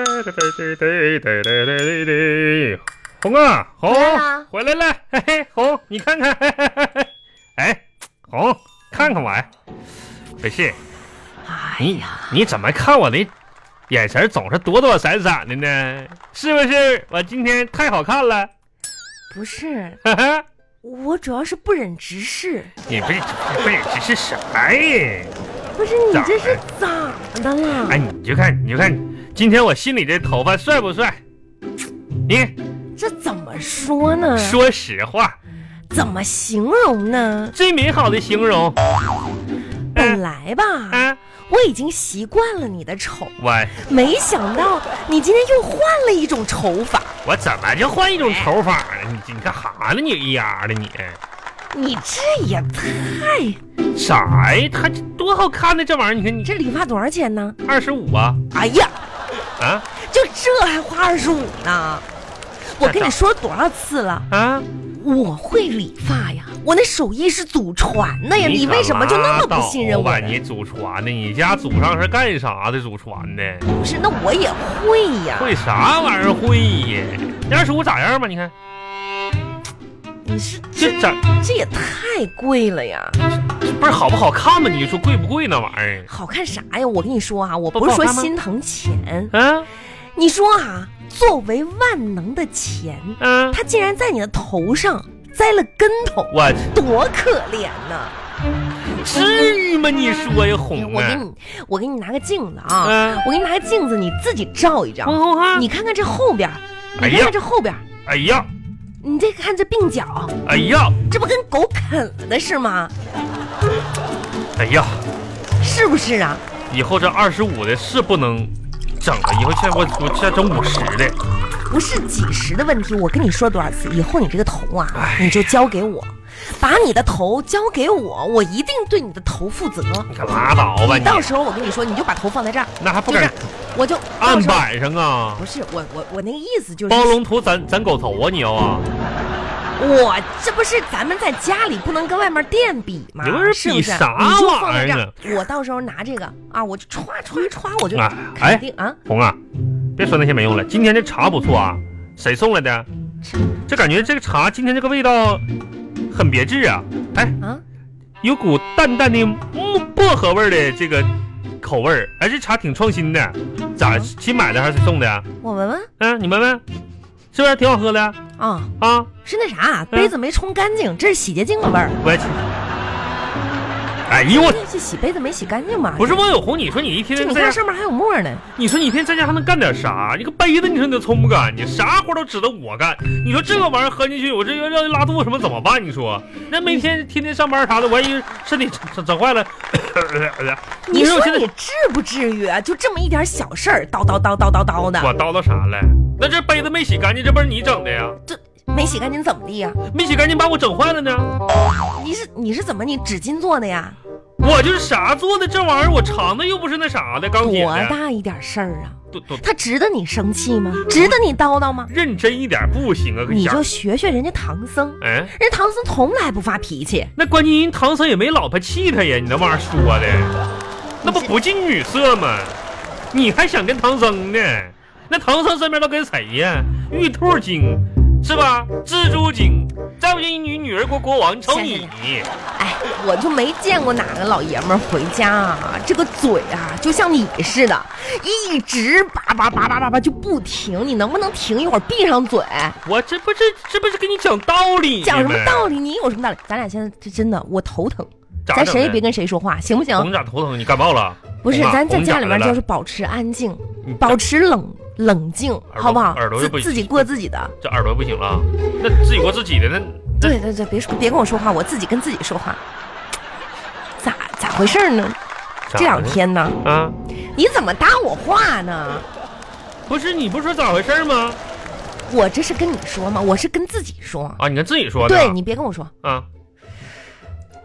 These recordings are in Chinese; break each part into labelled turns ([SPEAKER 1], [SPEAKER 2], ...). [SPEAKER 1] 对对对对对对对，红啊红
[SPEAKER 2] 回
[SPEAKER 1] 回来
[SPEAKER 2] 来啦，
[SPEAKER 1] 了，嘿嘿，红，你看看，嘿嘿嘿嘿哎，红，看看我呀，不是，
[SPEAKER 2] 哎
[SPEAKER 1] 你
[SPEAKER 2] 呀，
[SPEAKER 1] 你怎么看我的眼神总是躲躲闪闪的呢？是不是我今天太好看了？
[SPEAKER 2] 不是，
[SPEAKER 1] 哈哈，
[SPEAKER 2] 我主要是不忍直视。
[SPEAKER 1] 你不是你不是这是啥呀？
[SPEAKER 2] 不是你这是咋的了？
[SPEAKER 1] 哎，你就看你就看，今天我心里这头发帅不帅？你
[SPEAKER 2] 这怎么说呢？
[SPEAKER 1] 说实话，
[SPEAKER 2] 怎么形容呢？
[SPEAKER 1] 最美好的形容。
[SPEAKER 2] 本来吧，
[SPEAKER 1] 啊，
[SPEAKER 2] 我已经习惯了你的丑，
[SPEAKER 1] 我
[SPEAKER 2] 没想到你今天又换了一种丑法。
[SPEAKER 1] 我怎么就换一种头发了？你你干哈呢？你一丫的你
[SPEAKER 2] 你这也太……
[SPEAKER 1] 啥呀？他这多好看呢！这玩意儿，你看
[SPEAKER 2] 你
[SPEAKER 1] 你
[SPEAKER 2] 这理发多少钱呢？
[SPEAKER 1] 二十五啊
[SPEAKER 2] 哎呀，
[SPEAKER 1] 啊
[SPEAKER 2] 就这还花二十五呢！我跟你说多少次了，
[SPEAKER 1] 啊！
[SPEAKER 2] 我会理发呀，我那手艺是祖传的哎呀，你为什么就那么不信任我
[SPEAKER 1] 吧？
[SPEAKER 2] 呢？
[SPEAKER 1] 啊你祖传的，你家祖上是干啥的？祖传的
[SPEAKER 2] 不是，那我也会呀。
[SPEAKER 1] 会啥玩意儿会呀？二十五咋样吧？你看
[SPEAKER 2] 你是这
[SPEAKER 1] 这咋
[SPEAKER 2] 这也太贵了呀！
[SPEAKER 1] 不是好不好看吧？你就说贵不贵那玩意儿？
[SPEAKER 2] 好看啥呀？我跟你说啊，我
[SPEAKER 1] 不
[SPEAKER 2] 不是说
[SPEAKER 1] 好看吗
[SPEAKER 2] 心疼钱，
[SPEAKER 1] 嗯、啊、
[SPEAKER 2] 你说啊，作为万能的钱，
[SPEAKER 1] 嗯、
[SPEAKER 2] 它竟然在你的头上栽了跟头，
[SPEAKER 1] 我
[SPEAKER 2] 多可怜呐、
[SPEAKER 1] 至于吗？你说呀，红
[SPEAKER 2] 哎我给
[SPEAKER 1] 啊，
[SPEAKER 2] 你，我给你拿个镜子啊，
[SPEAKER 1] 嗯
[SPEAKER 2] 我给你拿个镜子，你自己照一照。
[SPEAKER 1] 红红啊！
[SPEAKER 2] 你看看这后边儿，
[SPEAKER 1] 哎
[SPEAKER 2] 你
[SPEAKER 1] 呀
[SPEAKER 2] 看看这后边儿，
[SPEAKER 1] 哎呀
[SPEAKER 2] 你再看这鬓角，
[SPEAKER 1] 哎呀
[SPEAKER 2] 这不跟狗啃了的是吗？
[SPEAKER 1] 哎呀！
[SPEAKER 2] 是不是啊？
[SPEAKER 1] 以后这二十五的是不能整了，以后现在我我现在整五十的，
[SPEAKER 2] 不是几十的问题，我跟你说多少次，以后你这个头啊，你就交给我，把你的头交给我，我一定对你的头负责。
[SPEAKER 1] 你可拉倒吧
[SPEAKER 2] 你到
[SPEAKER 1] 你，
[SPEAKER 2] 时候我跟你说，你就把头放在这儿，
[SPEAKER 1] 那还不
[SPEAKER 2] 就
[SPEAKER 1] 敢
[SPEAKER 2] 这样，我就
[SPEAKER 1] 案
[SPEAKER 2] 到时候
[SPEAKER 1] 板上啊？
[SPEAKER 2] 不是我我我那个意思就是
[SPEAKER 1] 包龙图咱咱狗头啊你要啊？
[SPEAKER 2] 我这不是咱们在家里不能跟外面店比吗？
[SPEAKER 1] 你不是
[SPEAKER 2] 是
[SPEAKER 1] 比
[SPEAKER 2] 不是？
[SPEAKER 1] 啥
[SPEAKER 2] 你就放在
[SPEAKER 1] 玩
[SPEAKER 2] 这
[SPEAKER 1] 意儿呢
[SPEAKER 2] 儿，我到时候拿这个啊，我就歘歘歘，我就
[SPEAKER 1] 啊
[SPEAKER 2] 肯定啊，
[SPEAKER 1] 红啊，别说那些没用了，今天这茶不错啊，谁送来的？这感觉这个茶今天这个味道很别致啊，哎
[SPEAKER 2] 啊
[SPEAKER 1] 有股淡淡的木薄荷味儿的这个口味儿，哎这茶挺创新的，咋
[SPEAKER 2] 嗯
[SPEAKER 1] 新买的还是谁送的啊？
[SPEAKER 2] 我闻闻
[SPEAKER 1] 嗯，你闻闻，是不是挺好喝的
[SPEAKER 2] 啊，
[SPEAKER 1] 啊？
[SPEAKER 2] 是那啥，杯子没冲干净，这是洗洁精的味儿。
[SPEAKER 1] 我去！哎呦我，
[SPEAKER 2] 这洗杯子没洗干净吧？
[SPEAKER 1] 不是王小红，你说你一天
[SPEAKER 2] 这
[SPEAKER 1] 天
[SPEAKER 2] 你
[SPEAKER 1] 在
[SPEAKER 2] 看
[SPEAKER 1] 家，
[SPEAKER 2] 上面还有沫呢。
[SPEAKER 1] 你说你一天在家还能干点啥？你个杯子，你说你都冲不干，你啥活都指着我干。你说这个玩意儿喝进去，我这要要拉肚子什么怎么办？你说那每天天天上班啥的，万一身体整整坏了，
[SPEAKER 2] 你
[SPEAKER 1] 说
[SPEAKER 2] 说
[SPEAKER 1] 我现在
[SPEAKER 2] 你至不至于啊？就这么一点小事儿，叨叨叨叨叨叨的，
[SPEAKER 1] 我叨叨啥了？那这杯子没洗干净，这不是你整的呀？
[SPEAKER 2] 这没洗干净怎么的呀？
[SPEAKER 1] 没洗干净把我整坏了呢？
[SPEAKER 2] 你是你是怎么你纸巾做的呀？
[SPEAKER 1] 我就是啥做的这玩意儿，我尝的又不是那啥的钢铁
[SPEAKER 2] 多
[SPEAKER 1] 的，
[SPEAKER 2] 大一点事儿啊？
[SPEAKER 1] 都都
[SPEAKER 2] 他值得你生气吗？值得你叨叨吗？
[SPEAKER 1] 认真一点不行啊，个
[SPEAKER 2] 你
[SPEAKER 1] 小
[SPEAKER 2] 就学学人家唐僧，
[SPEAKER 1] 哎。
[SPEAKER 2] 人家唐僧从来不发脾气。
[SPEAKER 1] 那关键人唐僧也没老婆气他呀，你那玩意儿说的，那不不近女色吗？你还想跟唐僧呢？那唐僧身边都跟谁呀？玉兔精是吧？蜘蛛精，再不济你女儿国国王，你瞅你
[SPEAKER 2] 行，哎，我就没见过哪个老爷们儿回家啊，这个嘴啊，就像你似的，一直叭叭叭叭叭叭就不停。你能不能停一会儿，闭上嘴？
[SPEAKER 1] 我这不是这不是跟你讲道理呢吗？
[SPEAKER 2] 讲什么道理？你有什么道理？咱俩现在这真的，我头疼，
[SPEAKER 1] 咋
[SPEAKER 2] 咱
[SPEAKER 1] 整
[SPEAKER 2] 谁也
[SPEAKER 1] 的
[SPEAKER 2] 别跟谁说话，行不行？
[SPEAKER 1] 红咋头疼？你感冒了？
[SPEAKER 2] 不是，
[SPEAKER 1] 红啊
[SPEAKER 2] 咱在
[SPEAKER 1] 红
[SPEAKER 2] 家
[SPEAKER 1] 咋
[SPEAKER 2] 里面
[SPEAKER 1] 的了
[SPEAKER 2] 就是保持安静，
[SPEAKER 1] 你这
[SPEAKER 2] 保持冷冷静，
[SPEAKER 1] 朵
[SPEAKER 2] 好不好
[SPEAKER 1] 耳朵？又不
[SPEAKER 2] 自自己过自己的。
[SPEAKER 1] 这耳朵不行了，那自己过自己的那那
[SPEAKER 2] 对对对，别说别跟我说话，我自己跟自己说话。咋咋回事呢？
[SPEAKER 1] 咋
[SPEAKER 2] 这两
[SPEAKER 1] 的
[SPEAKER 2] 天呢？
[SPEAKER 1] 啊，
[SPEAKER 2] 你怎么搭我话呢？
[SPEAKER 1] 不是你不是说咋回事吗？
[SPEAKER 2] 我这是跟你说吗？我是跟自己说。
[SPEAKER 1] 啊，你跟自己说的啊。
[SPEAKER 2] 对你别跟我说，
[SPEAKER 1] 啊，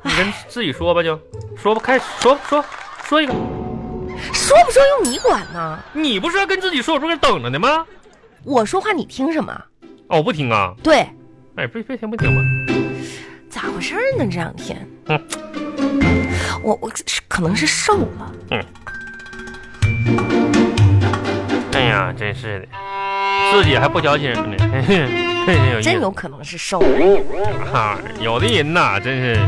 [SPEAKER 1] 你跟自己说吧就，说吧，开始说说说一个，
[SPEAKER 2] 说不说用你管呢？
[SPEAKER 1] 你不是要跟自己说，我不是搁这等着呢吗？
[SPEAKER 2] 我说话你听什么？
[SPEAKER 1] 哦，我不听啊，
[SPEAKER 2] 对，
[SPEAKER 1] 哎，别别听不听吧，
[SPEAKER 2] 咋回事呢？这两天，
[SPEAKER 1] 嗯
[SPEAKER 2] 我我是可能是瘦了，
[SPEAKER 1] 哎哎呀，真是的，自己还不矫情呢， 嘿嘿嘿有意思啊
[SPEAKER 2] 真有可能是瘦了。
[SPEAKER 1] 哈儿有的人呐，真是，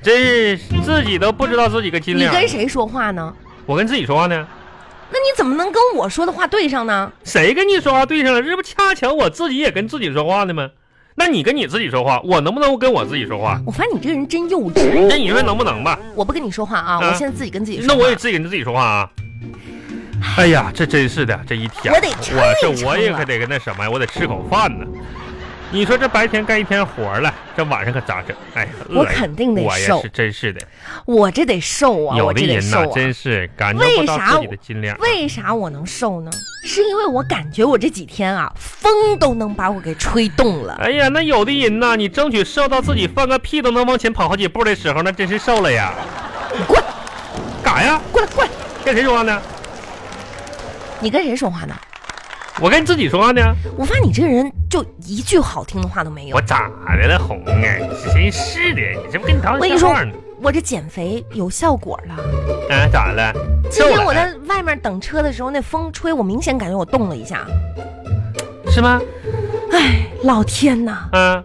[SPEAKER 1] 真是自己都不知道自己个斤
[SPEAKER 2] 你
[SPEAKER 1] 两。
[SPEAKER 2] 跟谁说话呢？
[SPEAKER 1] 我跟自己说话呢，
[SPEAKER 2] 那你怎么能跟我说的话对上呢？
[SPEAKER 1] 谁跟你说话对上了？这不恰巧我自己也跟自己说话呢吗？那你跟你自己说话，我能不能跟我自己说话？
[SPEAKER 2] 我发现你这个人真幼稚。
[SPEAKER 1] 那你说能不能吧？
[SPEAKER 2] 我不跟你说话啊，
[SPEAKER 1] 啊
[SPEAKER 2] 我现在自己跟自己说话。
[SPEAKER 1] 那我也自己跟自己说话啊。哎呀，这真是的，这一天
[SPEAKER 2] 我得
[SPEAKER 1] 我
[SPEAKER 2] 撑一啊
[SPEAKER 1] 这
[SPEAKER 2] 撑
[SPEAKER 1] 我也
[SPEAKER 2] 了
[SPEAKER 1] 可得跟那什么呀，我得吃口饭呢。你说这白天干一天活了，这晚上可咋整？哎呀，
[SPEAKER 2] 我
[SPEAKER 1] 饿呀
[SPEAKER 2] 肯定得
[SPEAKER 1] 我也
[SPEAKER 2] 瘦
[SPEAKER 1] 是，真是的。
[SPEAKER 2] 我这得瘦啊，
[SPEAKER 1] 有
[SPEAKER 2] 我
[SPEAKER 1] 的
[SPEAKER 2] 这得
[SPEAKER 1] 人呐、
[SPEAKER 2] 瘦啊。
[SPEAKER 1] 真是感觉不到
[SPEAKER 2] 为啥
[SPEAKER 1] 自己
[SPEAKER 2] 我
[SPEAKER 1] 的斤两。
[SPEAKER 2] 为啥我能瘦呢？是因为我感觉我这几天啊，风都能把我给吹动了。
[SPEAKER 1] 哎呀，那有的人呐、你争取瘦到自己放个屁都能往前跑好几步的时候，那真是瘦了呀！
[SPEAKER 2] 你过来，
[SPEAKER 1] 干啥呀？
[SPEAKER 2] 过来，过来！
[SPEAKER 1] 跟谁说话呢？
[SPEAKER 2] 你跟谁说话呢？
[SPEAKER 1] 我跟自己说话呢。
[SPEAKER 2] 我发现你这个人就一句好听的话都没有
[SPEAKER 1] 我。咋的了，红啊？真是的，你这不跟你
[SPEAKER 2] 我
[SPEAKER 1] 唐
[SPEAKER 2] 跟
[SPEAKER 1] 笑
[SPEAKER 2] 你说
[SPEAKER 1] 话呢？，
[SPEAKER 2] 我这减肥有效果了。
[SPEAKER 1] 啊，咋了？
[SPEAKER 2] 今
[SPEAKER 1] 瘦
[SPEAKER 2] 天
[SPEAKER 1] 了
[SPEAKER 2] 我在外面等车的时候，那风吹，我明显感觉我动了一下。
[SPEAKER 1] 是吗？
[SPEAKER 2] 哎，老天呐！
[SPEAKER 1] 啊，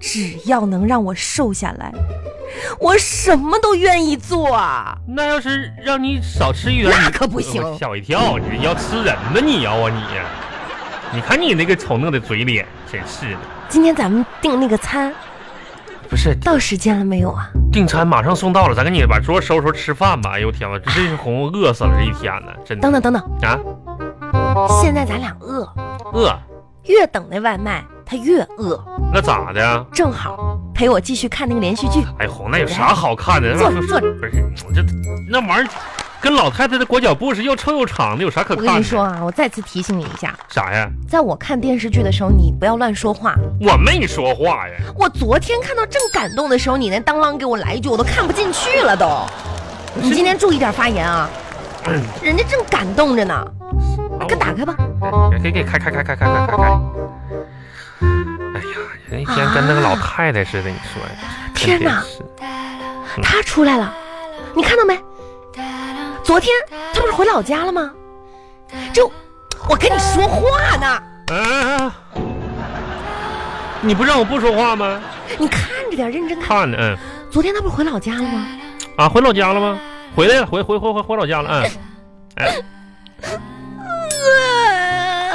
[SPEAKER 2] 只要能让我瘦下来，我什么都愿意做啊！
[SPEAKER 1] 那要是让你少吃一点，
[SPEAKER 2] 那
[SPEAKER 1] 你
[SPEAKER 2] 可不行
[SPEAKER 1] 我吓我一跳，啊你要吃人呢？你要啊你呀？你看你那个丑恶的嘴脸，真是的。
[SPEAKER 2] 今天咱们订那个餐
[SPEAKER 1] 不是
[SPEAKER 2] 到时间了没有啊？
[SPEAKER 1] 订餐马上送到了，咱赶紧把桌收拾收拾吃饭吧。哎呦天呐，这真是红饿死了这一天呢，真的
[SPEAKER 2] 等等等等，
[SPEAKER 1] 啊
[SPEAKER 2] 现在咱俩饿，
[SPEAKER 1] 饿。
[SPEAKER 2] 越等那外卖他越饿，
[SPEAKER 1] 那咋的啊呀？
[SPEAKER 2] 正好陪我继续看那个连续剧。
[SPEAKER 1] 哎红，那有啥好看的？
[SPEAKER 2] 坐
[SPEAKER 1] 那
[SPEAKER 2] 坐
[SPEAKER 1] 不是我这那玩意儿，跟老太太的裹脚布是又臭又长的，有啥可
[SPEAKER 2] 我
[SPEAKER 1] 看的？
[SPEAKER 2] 跟你说啊，我再次提醒你一下，
[SPEAKER 1] 啥呀？
[SPEAKER 2] 在我看电视剧的时候，你不要乱说话。
[SPEAKER 1] 我没说话呀。
[SPEAKER 2] 我昨天看到正感动的时候，你那当啷给我来一句，我都看不进去了都。你今天注意点发言啊，
[SPEAKER 1] 嗯
[SPEAKER 2] 人家正感动着呢，给打开吧。
[SPEAKER 1] 给给开开开开开开开开！哎呀，人一天跟那个老太太似的，你说呀？
[SPEAKER 2] 天哪
[SPEAKER 1] 真是！
[SPEAKER 2] 他出来了，你看到没？昨天他不是回老家了吗？就我跟你说话呢，
[SPEAKER 1] 啊！你不让我不说话吗？
[SPEAKER 2] 你看着点，认真看。
[SPEAKER 1] 看呢，嗯。
[SPEAKER 2] 昨天他不是回老家了吗？
[SPEAKER 1] 啊，回老家了吗？回来了，回回回回回老家了。嗯，哎，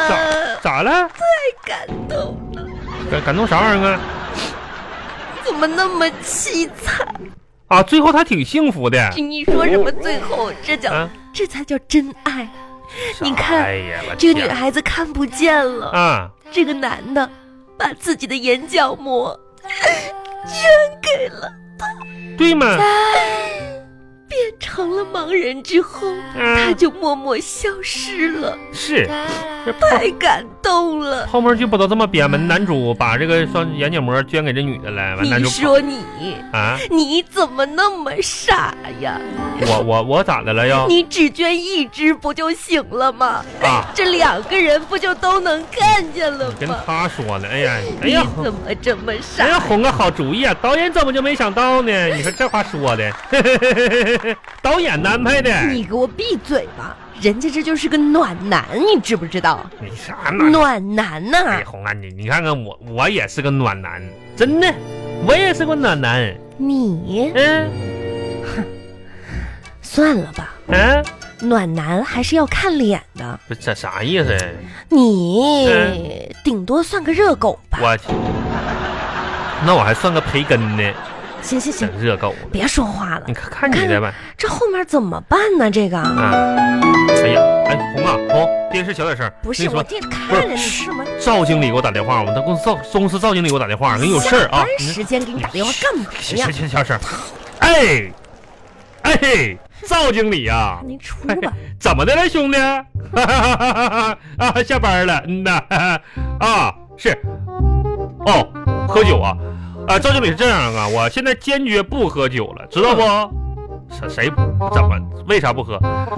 [SPEAKER 1] 咋咋了？
[SPEAKER 2] 啊感动，
[SPEAKER 1] 感感动啥玩意儿啊？
[SPEAKER 2] 怎么那么凄惨？
[SPEAKER 1] 啊，最后他挺幸福的。
[SPEAKER 2] 你说什么？最后这叫、
[SPEAKER 1] 啊
[SPEAKER 2] 这才叫真爱。你看
[SPEAKER 1] 哎呀，我
[SPEAKER 2] 这个
[SPEAKER 1] 天
[SPEAKER 2] 女孩子看不见了，
[SPEAKER 1] 啊，
[SPEAKER 2] 这个男的把自己的眼角膜 捐给了，
[SPEAKER 1] 对嘛？
[SPEAKER 2] 变成了盲人之后，他
[SPEAKER 1] 嗯，
[SPEAKER 2] 就默默消失了，
[SPEAKER 1] 是这泡
[SPEAKER 2] 太感动了。
[SPEAKER 1] 泡沫剧不都这么编吗？男主把这个双眼角膜捐给这女的了，完男
[SPEAKER 2] 嗯你
[SPEAKER 1] 主
[SPEAKER 2] 说你，
[SPEAKER 1] 跑啊，
[SPEAKER 2] 你怎么那么傻呀？
[SPEAKER 1] 我我我咋的了又？
[SPEAKER 2] 你只捐一只不就行了吗？
[SPEAKER 1] 啊
[SPEAKER 2] 这两个人不就都能看见了
[SPEAKER 1] 跟
[SPEAKER 2] 吗？
[SPEAKER 1] 他说呢，哎呀，哎
[SPEAKER 2] 你
[SPEAKER 1] 呀。
[SPEAKER 2] 怎么这么
[SPEAKER 1] 哎呀，
[SPEAKER 2] 傻？
[SPEAKER 1] 红个好主意啊！导演怎么就没想到呢？你说这话说的， 导演安排的。
[SPEAKER 2] 你给我闭嘴吧！人家这就是个暖男，你知不知道？
[SPEAKER 1] 你啥暖男？
[SPEAKER 2] 暖男呐、
[SPEAKER 1] 哎，红啊，你你看看我，我也是个暖男，真的，我也是个暖男。
[SPEAKER 2] 你
[SPEAKER 1] 嗯
[SPEAKER 2] 算了吧，
[SPEAKER 1] 嗯，
[SPEAKER 2] 暖男还是要看脸的。
[SPEAKER 1] 不是这啥意思？
[SPEAKER 2] 你、
[SPEAKER 1] 嗯
[SPEAKER 2] 顶多算个热狗吧。
[SPEAKER 1] 我去，那我还算个培根呢，
[SPEAKER 2] 行行
[SPEAKER 1] 整
[SPEAKER 2] 行，
[SPEAKER 1] 热狗呢。
[SPEAKER 2] 别说话了
[SPEAKER 1] 你，看看你的吧，
[SPEAKER 2] 这后面怎么办呢？这个
[SPEAKER 1] 啊！哎呀，哎，红啊，红，电视小点声。
[SPEAKER 2] 不
[SPEAKER 1] 那
[SPEAKER 2] 是
[SPEAKER 1] 什么
[SPEAKER 2] 我这
[SPEAKER 1] 不
[SPEAKER 2] 看
[SPEAKER 1] 是
[SPEAKER 2] 着你是吗？
[SPEAKER 1] 赵经理给我打电话，我们他公司赵公司赵经理给我打电话，跟有事儿
[SPEAKER 2] 下
[SPEAKER 1] 啊。嗯
[SPEAKER 2] 班
[SPEAKER 1] 你
[SPEAKER 2] 时间给你打电话干嘛
[SPEAKER 1] 行
[SPEAKER 2] 呀
[SPEAKER 1] 行？行，小声。哎，哎，赵经理啊，
[SPEAKER 2] 你出吧，
[SPEAKER 1] 怎么的了，兄弟？哈哈哈哈哈哈啊，下班了，嗯呐， 哈哈啊，是，哦，喝酒啊，啊，赵经理是这样啊，我现在坚决不喝酒了，知道不？谁谁怎么为啥不喝？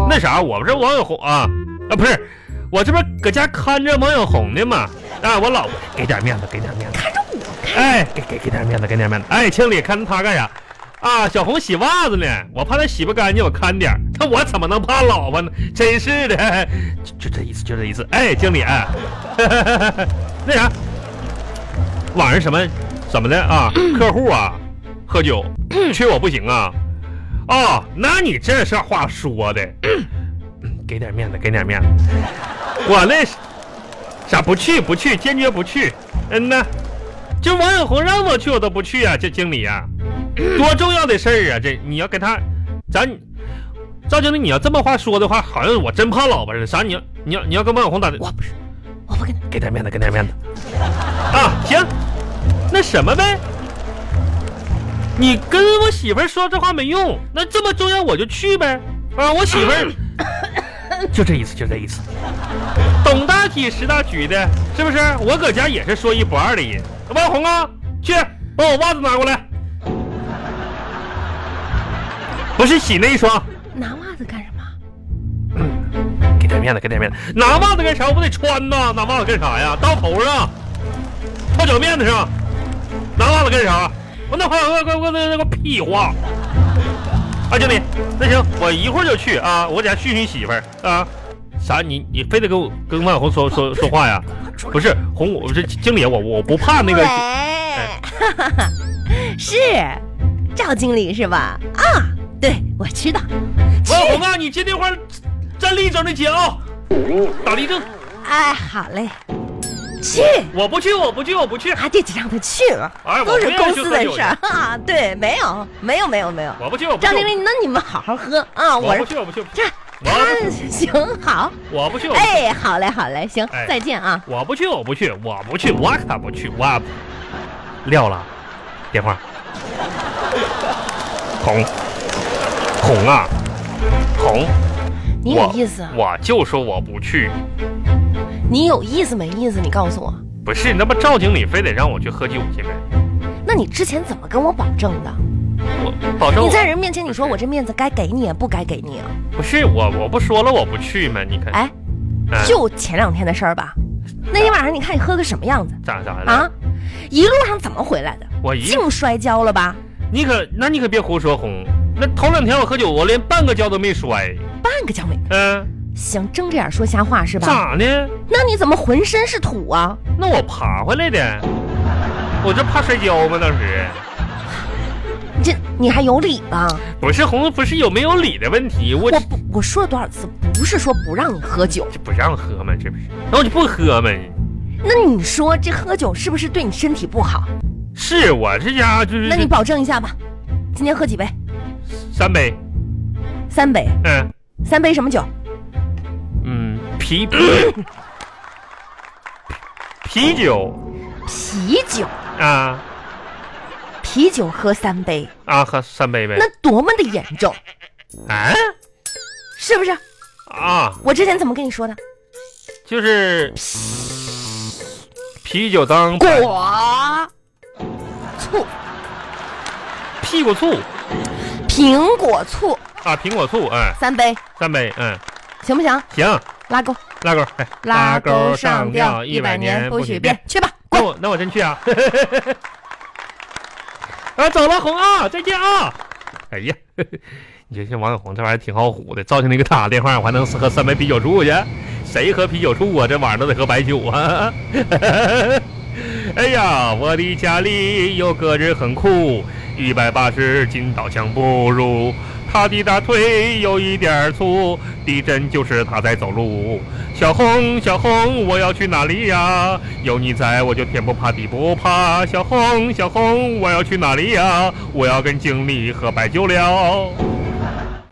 [SPEAKER 1] 那啥，我不是王小红啊啊，不是，我这不是搁家看着王小红呢嘛，啊，我老婆给点面子，给点面子，
[SPEAKER 2] 看着我干
[SPEAKER 1] 哎，给给给点面子，给点面子，哎，经理看他干啥？啊，小红洗袜子呢，我怕她洗不干净，我看点儿。那我怎么能怕老婆呢？真是的，就就这意思，就这意思。哎，经理，哎 那啥，晚上什么怎么的啊？客户啊，喝酒，缺我不行啊？哦，那你这是话说的，给点面子，给点面子。我那是啥不去不去，坚决不去。嗯呐，这王小红让我去，我都不去啊！这经理啊，多重要的事儿啊！这你要跟他，咱赵经理，你要这么话说的话，好像我真怕老婆似的。啥？你要你要你要跟王小红打的，
[SPEAKER 2] 我不是，我不跟他。
[SPEAKER 1] 给点面子，给点面子。啊，行，那什么呗，你跟我媳妇儿说这话没用，那这么重要我就去呗。啊，我媳妇儿就这意思，就这意思。懂大体识大局的，是不是？我搁家也是说一不二的人。王红啊，去把我袜子拿过来，不是洗那一双。
[SPEAKER 2] 拿袜子干什么？
[SPEAKER 1] 给点面子，给点面子。拿袜子干啥？我不得穿呐？拿袜子干啥呀？到头上，到啊脚面子上，拿袜子干啥？我那快快快快那那个屁话！啊，经理，那行，我一会儿就去啊，我得训训媳妇儿啊。啥？你你非得跟我跟万红说说说话呀？不是红，我这经理，我我不怕那个
[SPEAKER 2] 喂，哈哈， 是赵经理是吧？啊，对，我知道。
[SPEAKER 1] 万红啊，你接电话站立正的接啊，打立正。
[SPEAKER 2] 哎，好嘞，去
[SPEAKER 1] 我不去，我不去，我不去，
[SPEAKER 2] 啊，这就让他去吧，
[SPEAKER 1] 哎我
[SPEAKER 2] 都是
[SPEAKER 1] 不愿
[SPEAKER 2] 公
[SPEAKER 1] 意去
[SPEAKER 2] 司
[SPEAKER 1] 喝
[SPEAKER 2] 的
[SPEAKER 1] 酒
[SPEAKER 2] 事儿啊。对，没有，没有，没有，没有。
[SPEAKER 1] 我不去，我不去。
[SPEAKER 2] 赵经理，那你们好好喝啊，
[SPEAKER 1] 我
[SPEAKER 2] 我
[SPEAKER 1] 不
[SPEAKER 2] 是
[SPEAKER 1] 去，我不去，我不去
[SPEAKER 2] 这他行好，
[SPEAKER 1] 我不去，我不去。
[SPEAKER 2] 哎，好嘞，好嘞，行
[SPEAKER 1] 哎，
[SPEAKER 2] 再见啊。
[SPEAKER 1] 我不去，我不去，我不去，我可不去，我撂了电话。红红啊，红，
[SPEAKER 2] 你有意思啊？
[SPEAKER 1] 我就说我不去，
[SPEAKER 2] 你有意思没意思？你告诉我，
[SPEAKER 1] 不是那不赵经理非得让我去喝酒去呗？
[SPEAKER 2] 那你之前怎么跟我保证的？
[SPEAKER 1] 哦我保证
[SPEAKER 2] 你
[SPEAKER 1] 我
[SPEAKER 2] 在人面前你说
[SPEAKER 1] 不
[SPEAKER 2] 我
[SPEAKER 1] 是
[SPEAKER 2] 这面子该给你啊，不该给你啊？
[SPEAKER 1] 不是我，我不说了我不去吗？你看，
[SPEAKER 2] 哎，
[SPEAKER 1] 嗯
[SPEAKER 2] 就前两天的事儿吧。那天晚上你看你喝个什么样子
[SPEAKER 1] 咋咋的
[SPEAKER 2] 啊？？一路上怎么回来的？
[SPEAKER 1] 我一
[SPEAKER 2] 净摔跤了吧？
[SPEAKER 1] 你可那你可别胡说红，那头两天我喝酒我连半个跤都没摔，
[SPEAKER 2] 半个脚没。
[SPEAKER 1] 嗯、
[SPEAKER 2] 行，睁着眼说瞎话是吧？
[SPEAKER 1] 咋呢？
[SPEAKER 2] 那你怎么浑身是土啊？
[SPEAKER 1] 那我爬回来的，我这怕摔跤吗？当时
[SPEAKER 2] 你这你还有理吧？
[SPEAKER 1] 不是红，不是有没有理的问题，我
[SPEAKER 2] 我不，我说了多少次，不是说不让你喝酒。
[SPEAKER 1] 这不让喝吗？这不是，那我就不喝吗？
[SPEAKER 2] 那你说这喝酒是不是对你身体不好？
[SPEAKER 1] 是我这家就是
[SPEAKER 2] 那你保证一下吧，今天喝几杯？
[SPEAKER 1] 三杯，
[SPEAKER 2] 三杯，
[SPEAKER 1] 嗯
[SPEAKER 2] 三杯什么酒？
[SPEAKER 1] 嗯， 啤啤酒
[SPEAKER 2] 啤酒，
[SPEAKER 1] 啊
[SPEAKER 2] 啤酒喝三杯，
[SPEAKER 1] 啊，喝三杯呗
[SPEAKER 2] 那多么的严重，
[SPEAKER 1] 啊
[SPEAKER 2] 是不是？
[SPEAKER 1] 啊，
[SPEAKER 2] 我之前怎么跟你说的？
[SPEAKER 1] 就是啤酒当
[SPEAKER 2] 果醋、
[SPEAKER 1] 屁股醋
[SPEAKER 2] 苹果醋
[SPEAKER 1] 啊，苹果醋，哎、
[SPEAKER 2] 三杯，
[SPEAKER 1] 三杯，嗯，
[SPEAKER 2] 行不行？
[SPEAKER 1] 行，
[SPEAKER 2] 拉钩，
[SPEAKER 1] 拉钩，哎
[SPEAKER 2] 钩吊，100，去吧，
[SPEAKER 1] 那
[SPEAKER 2] 滚！
[SPEAKER 1] 我那我真去啊！ 啊，走了，红啊，再见啊！哎呀， 呵呵你说这王小红这玩意儿挺好唬的，赵经理给打个电话，我还能喝三杯啤酒醋去？谁喝啤酒醋啊？这晚上都得喝白酒啊！ 哎呀，我的家里有个人很酷，一百八十斤倒枪不入。他的大腿有一点儿粗，地震就是他在走路。小红，小红，我要去哪里呀？有你在，我就天不怕地不怕。小红，小红，我要去哪里呀？我要跟经理喝白酒了。